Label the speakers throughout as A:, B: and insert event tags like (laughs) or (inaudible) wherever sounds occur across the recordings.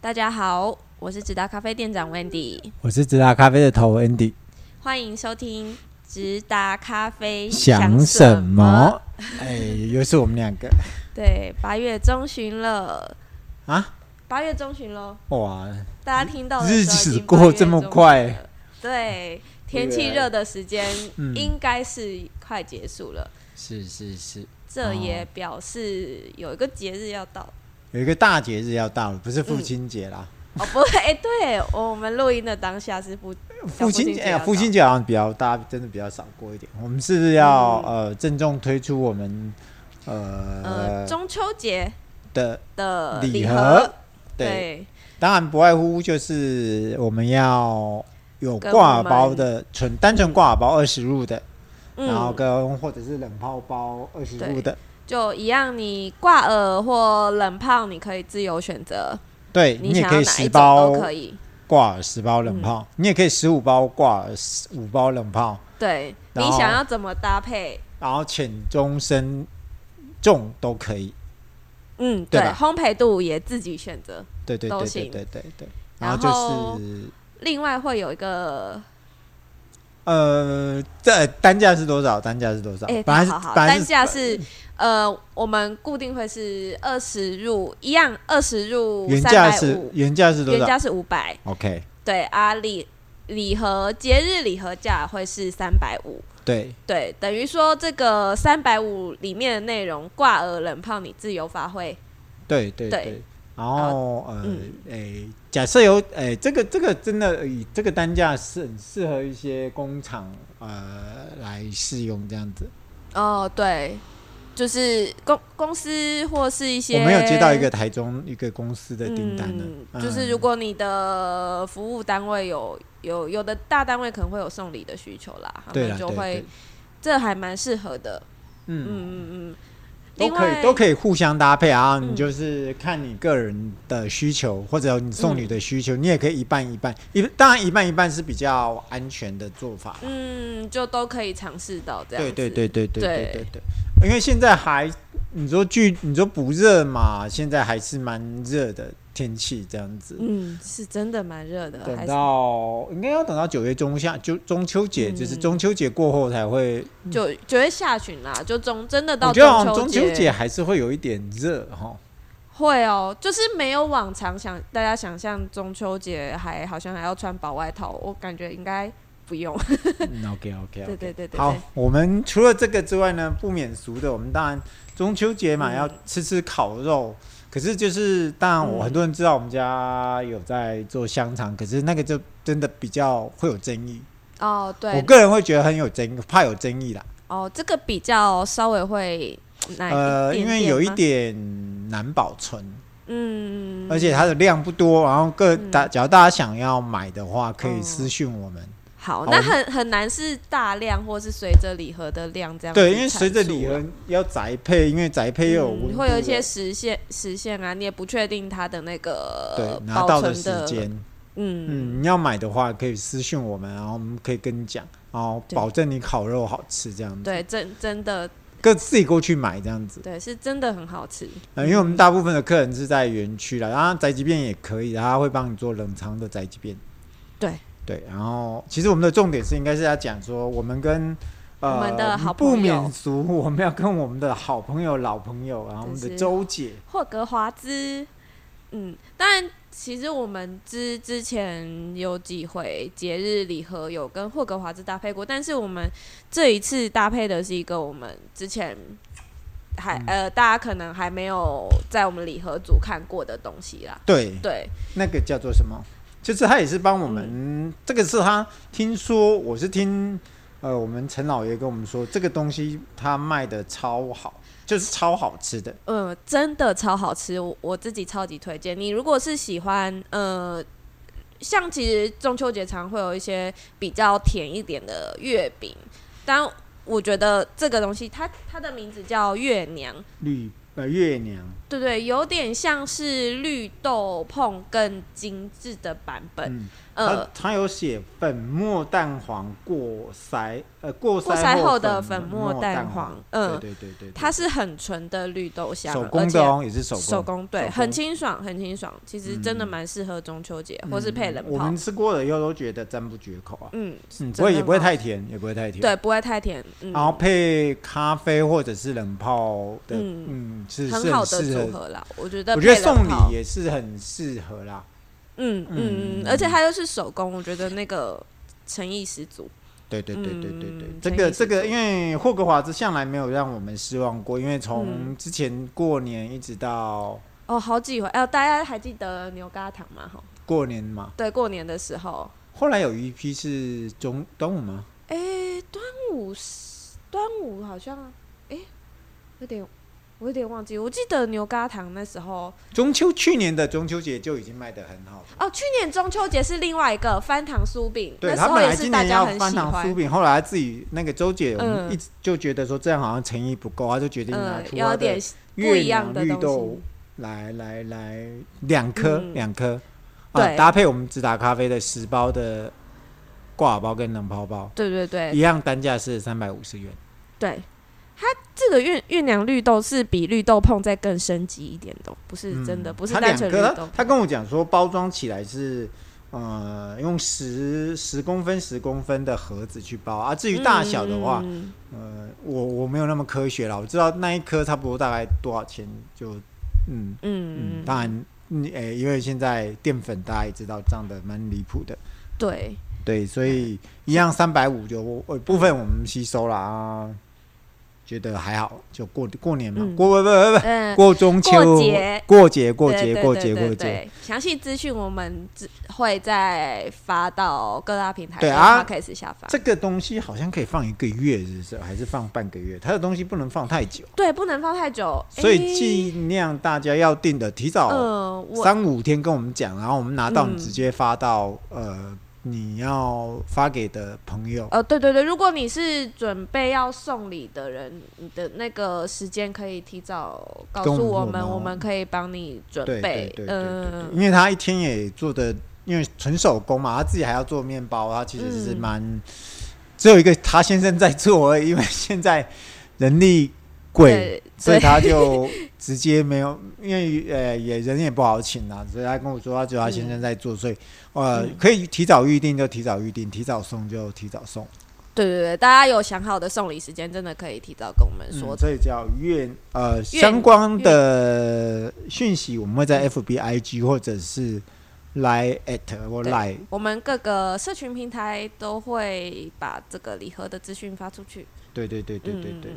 A: 大家好，我是直达咖啡店长 Wendy，
B: 我是直达咖啡的头 Andy，
A: 欢迎收听直达咖啡
B: 想什么？？哎，又是我们两个
A: 对，八月中旬了，
B: 啊！
A: 八月中旬喽，
B: 哇，
A: 大家听到的
B: 日
A: 时候已
B: 子
A: 经
B: 过
A: 八月
B: 这么
A: 中旬
B: 快
A: 了，对，天气热的时间
B: 嗯
A: 应该是快结束了，
B: 是是是，
A: 这也
B: 哦
A: 表示有一个节日要
B: (laughs)
A: 到。
B: 有一个大节日要到了，不是父亲节啦。
A: 哦，不对，哎、对我们录音的当下是不
B: 父亲节，哎呀，父亲
A: 节
B: 节好像比较大家真的比较少过一点。我们是不是要、呃郑重推出我们
A: 要到，呃，
B: 呃
A: 中秋节
B: 的
A: 的
B: 礼
A: 盒，
B: 盒？对，
A: 对，
B: 当然不外乎就是我们要有
A: 跟
B: 挂
A: 我
B: 耳
A: 们
B: 包的，纯单纯挂耳包二十入的。然后
A: 嗯，
B: 跟或者是冷泡包二十
A: 对
B: 度的，
A: 就一样，你挂耳或冷泡，你可以自由选择，
B: 对
A: 你
B: 也
A: 想
B: 可
A: 要
B: 以
A: 哪
B: 十
A: 一种
B: 包
A: 都可以。嗯
B: 挂耳十包冷泡，你也可以十五包挂耳十五包冷泡，
A: 对你
B: 然后
A: 想要怎么搭配？
B: 然后浅中深重都可以，
A: 嗯，对，
B: 对吧
A: 烘焙度也自己选择。
B: 对对
A: 都
B: 对对
A: 行
B: 对对对，
A: 然
B: 然后就是
A: 另外会有一个，
B: 呃，这单价是多少？单价是多少
A: 哎、？
B: 本来是
A: 好好好，
B: 本来
A: 单
B: 是
A: 价是呃，我们固定会是二十入一样，二十入
B: 原
A: 三
B: 价
A: 百
B: 是
A: 五，
B: 原价是多
A: 原
B: 少
A: 价是五百，
B: ？OK，
A: 对啊礼礼盒节日礼盒价会是三百五，
B: 对
A: 对，等于说这个三百五里面的内容挂耳冷泡你自由发挥，
B: 对对
A: 对
B: 对。然后呃
A: 嗯，
B: 诶、假设有诶、这个这个真的以这个单价是很适合一些工厂呃来试用这样子。
A: 哦，对，就是公公司或是一些
B: 我们有接到一个台中一个公司的订单呢、
A: 嗯
B: 嗯
A: 就是如果你的服务单位有有有的大单位可能会有送礼的需求啦，他
B: 对啦
A: 们就
B: 对
A: 会
B: 对
A: 这还蛮适合的。
B: 嗯
A: 嗯嗯嗯，
B: 都
A: 另
B: 可
A: 外
B: 以都可以互相搭配啊，你
A: 嗯
B: 就是看你个人的需求，或者你送
A: 嗯
B: 你的需求，你也可以一半一半，一当然一半一半是比较安全的做法啦。
A: 嗯，就都可以尝试到这样
B: 对
A: 子。
B: 对对对对
A: 对
B: 对对对，因为现在还你说剧你说不热嘛，现在还是蛮热的天气这样子。
A: 嗯，是真的蛮热的，还
B: 等
A: 是
B: 到应该要等到九月中下，就中秋节，就是
A: 嗯
B: 中秋节过后才会。
A: 九九月下旬啦，就中真的到
B: 我觉得好像中
A: 秋
B: 秋节还是会有一点热哈。
A: 会哦，就是没有往常想大家想象中秋节还好像还要穿薄外套，我感觉应该不用。
B: OK OK
A: 对对对对
B: 好
A: 对，，
B: 我们除了这个之外呢，不免俗的，我们当然中秋节嘛、
A: 嗯
B: 要吃吃烤肉。可是就是，当然我
A: 嗯
B: 很多人知道我们家有在做香肠，可是那个就真的比较会有争议。
A: 哦，
B: 我
A: 对，
B: 个人会觉得很有争议，怕有争议啦。
A: 哦，这个比较稍微会哎难一点
B: 呃，因为有一
A: 吗，
B: 点呃难保存，
A: 嗯，
B: 而且它的量不多。然后各
A: 嗯
B: 大，假如大家想要买的话，可以
A: 嗯
B: 私讯我们。
A: 好，
B: 好
A: 那
B: 我们
A: 很很难是大量或是随着礼盒的量这样子
B: 对，因为随着
A: 产出
B: 礼
A: 啦
B: 盒要宅配，因为宅配又有温
A: 嗯
B: 度啊
A: 会有一
B: 了
A: 些时限时限啊，你也不确定它的那个
B: 对拿
A: 呃保
B: 到
A: 存
B: 的时间。
A: 嗯，
B: 嗯，你要买的话可以私信我们，然后我们可以跟你讲，然后
A: 对
B: 保证你烤肉好吃这样子。，
A: 对，真真的
B: 各自己过去买这样子。
A: 对，是真的很好吃。
B: 呃，因为我
A: 嗯
B: 们大部分的客人是在园区啦，然后宅急便也可以，然后他会帮你做冷藏的宅急便。
A: 对
B: 对，然后其实我们的重点是应该是要讲说，我们跟呃
A: 我们的好朋友
B: 不免俗，我们要跟我们的好朋友、老朋友，然后我们
A: 就
B: 的
A: 是
B: 周姐，
A: 霍格华兹，嗯，当然，其实我们之之前有几回节日礼盒有跟霍格华兹搭配过，但是我们这一次搭配的是一个我们之前还、呃大家可能还没有在我们礼盒组看过的东西啦。
B: 对，
A: 对，
B: 那个叫做什么？就是他也是帮我们，
A: 嗯
B: 这个是他听说，我是听呃，我们陈老爷跟我们说，这个东西他卖的超好，就是超好吃的。
A: 嗯，真的超好吃，我我自己超级推荐。你如果是喜欢，呃，像其实中秋节常会有一些比较甜一点的月饼，但我觉得这个东西它它的名字叫月娘，
B: 绿呃月娘，
A: 对对，有点像是绿豆碰更精致的版本。
B: 嗯，
A: 呃
B: 它，它有写粉末蛋黄过筛，呃过
A: 过
B: 筛
A: 筛后
B: 的
A: 的粉末蛋
B: 蛋
A: 黄，
B: 对
A: 嗯，
B: 对对对，对
A: 它是很纯的绿豆香，
B: 手
A: 而
B: 工
A: 且
B: 的哦，也是手工，
A: 手工对，
B: 手工嗯
A: 很清爽，很清爽。其实真的蛮适合中秋节，或是配冷
B: 我
A: 泡
B: 们。吃过了以后都觉得赞不绝口啊，
A: 嗯，
B: 嗯，
A: 真
B: 不会
A: 的
B: 也不会
A: 吗
B: 太甜，也不会太甜，
A: 对，不会太甜。嗯
B: 然，后配咖啡或者是冷泡的，嗯，是是
A: 很好的
B: 适
A: 组
B: 合。
A: 合啦，我觉得。
B: 我觉得送礼，也是很适合啦。
A: 嗯嗯
B: 嗯
A: 嗯，而且它又是手工，我觉得那个诚意十足。
B: 对对对对对对，
A: 嗯
B: 这
A: 诚意
B: 个
A: 十
B: 这个，
A: 足
B: 因为霍格华兹向来没有让我们失望过，因为从
A: 嗯
B: 之前过年一直到
A: 哦，好几回，哎、大家还记得牛轧糖吗？哈，
B: 过年嘛，
A: 对，过年的时候，
B: 后来有一批是中端午吗？
A: 哎、端午是，端午好像，哎、有点，我有点忘记，我记得牛轧糖那时候，
B: 中秋去年的中秋节就已经卖得很好了，
A: 哦，去年中秋节是另外一个翻糖酥饼，
B: 对
A: 那时
B: 他
A: 候
B: 本来
A: 也是
B: 今
A: 大
B: 年
A: 家
B: 要
A: 很
B: 翻
A: 喜
B: 糖酥
A: 欢，
B: 饼，后来自己那个周姐我们
A: 嗯
B: 一直就觉得说这样好像诚意不够，她就决定拿
A: 嗯，
B: 出她
A: 有
B: 的
A: 点不
B: 越
A: 一样
B: 南
A: 的
B: 绿
A: 东
B: 豆
A: 西，
B: 来来来两颗
A: 嗯
B: 两颗，啊
A: 对
B: 搭配我们直达咖啡的十包的挂耳包跟冷泡包，
A: 对对对
B: 一样单价是三百五十元。
A: 对，它这个越越娘绿豆是比绿豆碰再更升级一点的哦，不是真的，
B: 嗯
A: 不是
B: 它
A: 单
B: 两
A: 纯绿
B: 颗
A: 豆
B: 他，他跟我讲说包装起来是。呃，用十十公分、十公分的盒子去包啊。至于大小的话，
A: 嗯
B: 呃，我我没有那么科学啦，我知道那一颗差不多大概多少钱就，嗯，嗯，
A: 嗯，
B: 当然，嗯，诶、因为现在淀粉大家也知道涨得蛮离谱的， (laughs)
A: 对，
B: 对，所以一样三百五就我部分我们吸收了啊，觉得还好，就过过年嘛，
A: 嗯
B: 过不不不不
A: 嗯，
B: 过中秋
A: 过节
B: 过节过节
A: 对
B: 过节
A: 对对
B: 过
A: 对
B: 节，
A: 对详细资讯我们只会再发到各大平台
B: 对啊
A: 开始下发。
B: 这个东西好像可以放一个月，是不是？还是放半个月？它的东西不能放太久，
A: 对，不能放太久，
B: 所以
A: 诶
B: 尽量大家要订的提早。
A: 呃，我
B: 三五天跟我们讲，然后我们拿到
A: 嗯
B: 你直接发到、呃你要发给的朋友。
A: 呃，对对对，如果你是准备要送礼的人，你的那个时间可以提早告
B: 跟
A: 诉
B: 我
A: 我
B: 们
A: 们，
B: 哦
A: 我们可以帮你准
B: 对对
A: 备
B: 对对。对对，
A: 嗯，
B: 因为他一天也做的，因为纯手工嘛，他自己还要做面包，他其实是
A: 嗯
B: 蛮、只有一个他先生在做而已，因为现在人力贵，
A: 对
B: 所以
A: 对，
B: 他就直接没有，因为呃也人也不好请啊，所以他跟我说他只有他先生在做，所以呃、
A: 嗯
B: 可以提早预定就提早预定，提早送就提早
A: 嗯
B: 送。
A: 对对对，大家有想好的送礼时间，真的可以提早跟我们说
B: 嗯。这叫愿呃相关的讯息，我们会
A: 嗯
B: 在 FBIG 或者是 Line at 或
A: 对
B: Line
A: 我们各个社群平台都会把这个礼盒的资讯发出去。
B: 对对对对对对
A: 嗯
B: 对，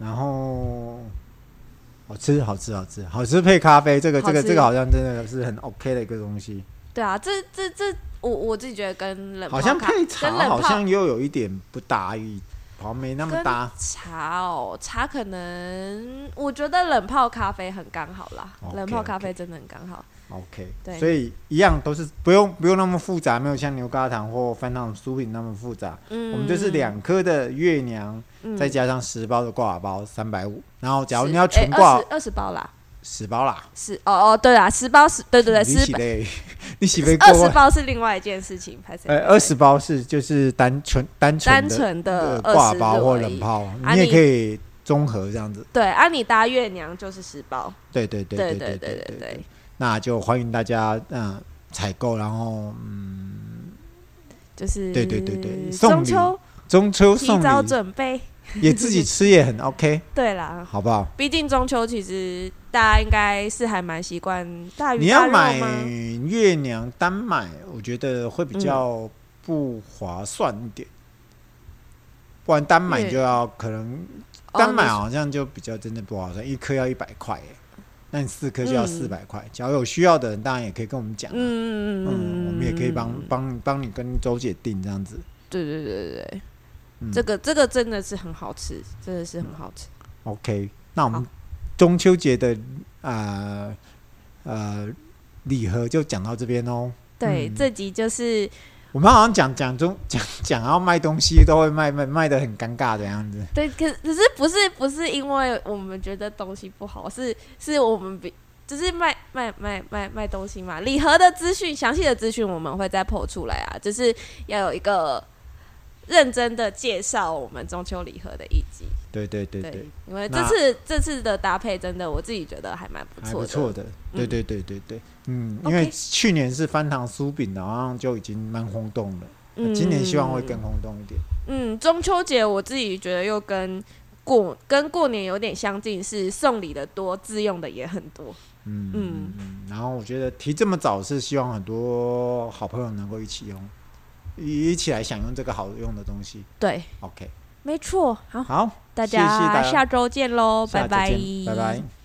B: 然后。好吃，好吃，好吃，好吃配咖啡，这个
A: 好
B: 这个
A: 吃
B: 这个好像真的是很 OK 的一个东西，
A: 对啊，这这这，我我自己觉得跟冷泡
B: 好像
A: 咖
B: 配
A: 跟
B: 茶
A: 冷
B: 好
A: 泡
B: 像又有一点不搭意，好像没那么
A: 跟
B: 搭
A: 茶哦，茶可能我觉得冷泡咖啡很刚好啦
B: 哦 OK，
A: 冷泡咖啡真的很刚好。
B: ，OK，
A: 对
B: 所以一样都是不用不用那么复杂，没有像牛轧糖或翻糖酥饼那么复杂，
A: 嗯，
B: 我们就是两颗的月娘，
A: 嗯，
B: 再加上十包的挂耳包三百五，然后假如
A: 是
B: 你要全
A: 诶
B: 挂
A: 20二十包啦，
B: 十包啦，
A: 十哦哦，对啦，十包十，对对对，
B: 你
A: 十
B: 洗嘞， (laughs) 你洗杯
A: 二十
B: 过，
A: 包是另外一件事情，拍谁？
B: 呃，二十包是就是单纯单纯
A: 单
B: 的
A: 纯
B: 呃
A: 的
B: 挂
A: 二
B: 耳
A: 十
B: 包或冷。泡，
A: 啊
B: 你也
A: 你
B: 可以综合这样子，
A: 对，啊，你搭月娘就是十包，
B: 对对对
A: 对对
B: 对对
A: 对，
B: 那就欢迎大家嗯采购，然后嗯
A: 就是
B: 对对对对
A: 中
B: 送礼
A: 秋
B: 中秋
A: 提
B: 送
A: 早
B: 礼
A: 准备，
B: 也自己吃也很 OK，
A: 对啦，
B: 好不好？
A: 毕竟中秋其实大家应该是还蛮习惯大
B: 你
A: 鱼大
B: 要
A: 肉
B: 买
A: 吗？
B: 月娘单买，我觉得会比
A: 嗯
B: 较不划算一点。不然单买
A: 月
B: 就要可能
A: 哦
B: 单买啊
A: 你
B: 好像就比较真的不划算，一颗要一百块耶，那你四颗就要
A: 嗯
B: 四百块。假如有需要的人，当然也可以跟我们讲啊，
A: 嗯
B: 嗯，我们也可以帮帮帮你跟周姐订这样子。
A: 对对对对对，
B: 嗯
A: 这个这个真的是很好吃，真的是很好吃。
B: OK，那我们
A: 好
B: 中秋节的呃呃礼盒就讲到这边哦。
A: 对，
B: 嗯
A: 这集就是
B: 我们好像讲讲中讲讲要卖东西都会卖卖卖的很尴尬的样子。
A: 对，可可是不是不是因为我们觉得东西不好，是是我们比就是卖卖卖卖卖东西嘛。礼盒的资讯，详细的资讯我们会再破出来啊，就是要有一个认真的介绍我们中秋礼盒的一集。
B: 对对对
A: 对，
B: 对，
A: 因为这
B: 那
A: 次这次的搭配真的我自己觉得还蛮不
B: 还
A: 错
B: 不
A: 的，
B: 错的。对对对对对，嗯，因
A: OK
B: 为去年是翻糖酥饼的，好像就已经蛮轰动了。
A: 嗯
B: 今年希望会更轰动一点。
A: 嗯，中秋节我自己觉得又跟过跟过年有点相近，是送礼的多，自用的也很多。
B: 嗯
A: 嗯
B: 嗯嗯。然后我觉得提这么早是希望很多好朋友能够一起用，一起来享用这个好用的东西。
A: 对，
B: OK，
A: 没错。好，
B: 好，
A: 大
B: 谢谢
A: 家
B: 大家
A: 下周见喽，
B: 下
A: 拜
B: 次
A: 拜
B: 见，拜拜。